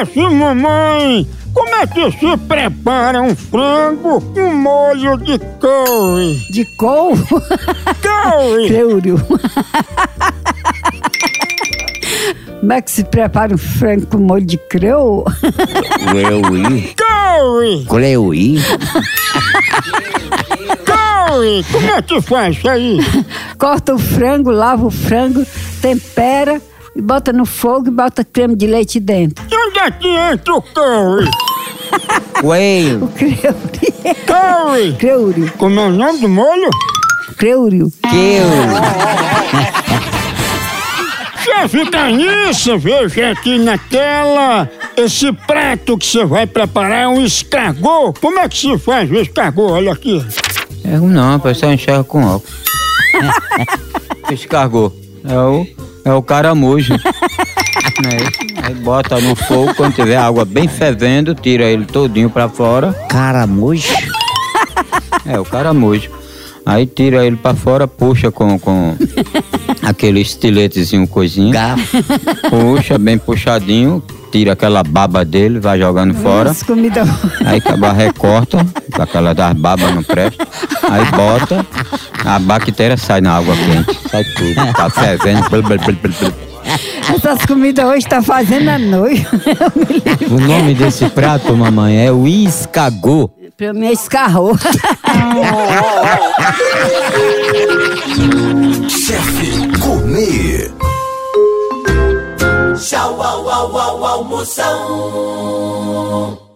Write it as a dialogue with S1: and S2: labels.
S1: assim, mamãe, como é que se prepara um frango com molho de couve?
S2: De couve?
S1: Couve!
S2: Creúrio. Como é que se prepara um frango com molho de creu?
S3: Cleuí.
S1: Couve!
S3: Cleuí.
S1: Couve! Como é que faz isso aí?
S2: Corta o frango, lava o frango, tempera e bota no fogo e bota creme de leite dentro.
S1: E onde é que entra o couve?
S3: Coelho.
S2: Creúrio.
S1: Couve!
S2: Creúrio.
S1: Como é o nome do molho?
S2: Creúrio.
S3: Queiro.
S1: Você fica nisso, é veja aqui na tela. Esse prato que você vai preparar é um escargot. Como é que se faz o escargot? Olha aqui.
S3: É, Não, a pessoa enxerga com óculos. Descargou. É o, é o caramujo. É, aí bota no fogo, quando tiver água bem fervendo, tira ele todinho pra fora. Caramujo? É, o caramujo. Aí tira ele pra fora, puxa com, com aquele estiletezinho, coisinha. Garfo. Puxa, bem puxadinho, tira aquela baba dele, vai jogando fora.
S2: Essa comida.
S3: Aí que a barra recorta, com aquela das babas não presta. Aí bota, a bactéria sai na água quente. Sai tudo. Tá fervendo. blub, blub, blub, blub.
S2: Essas comidas hoje tá fazendo a noite.
S3: O nome desse prato, mamãe, é o iscagô.
S2: Pra mim é escarrou.
S4: Chefe Gourmet. Tchau, au, au, au, almoção.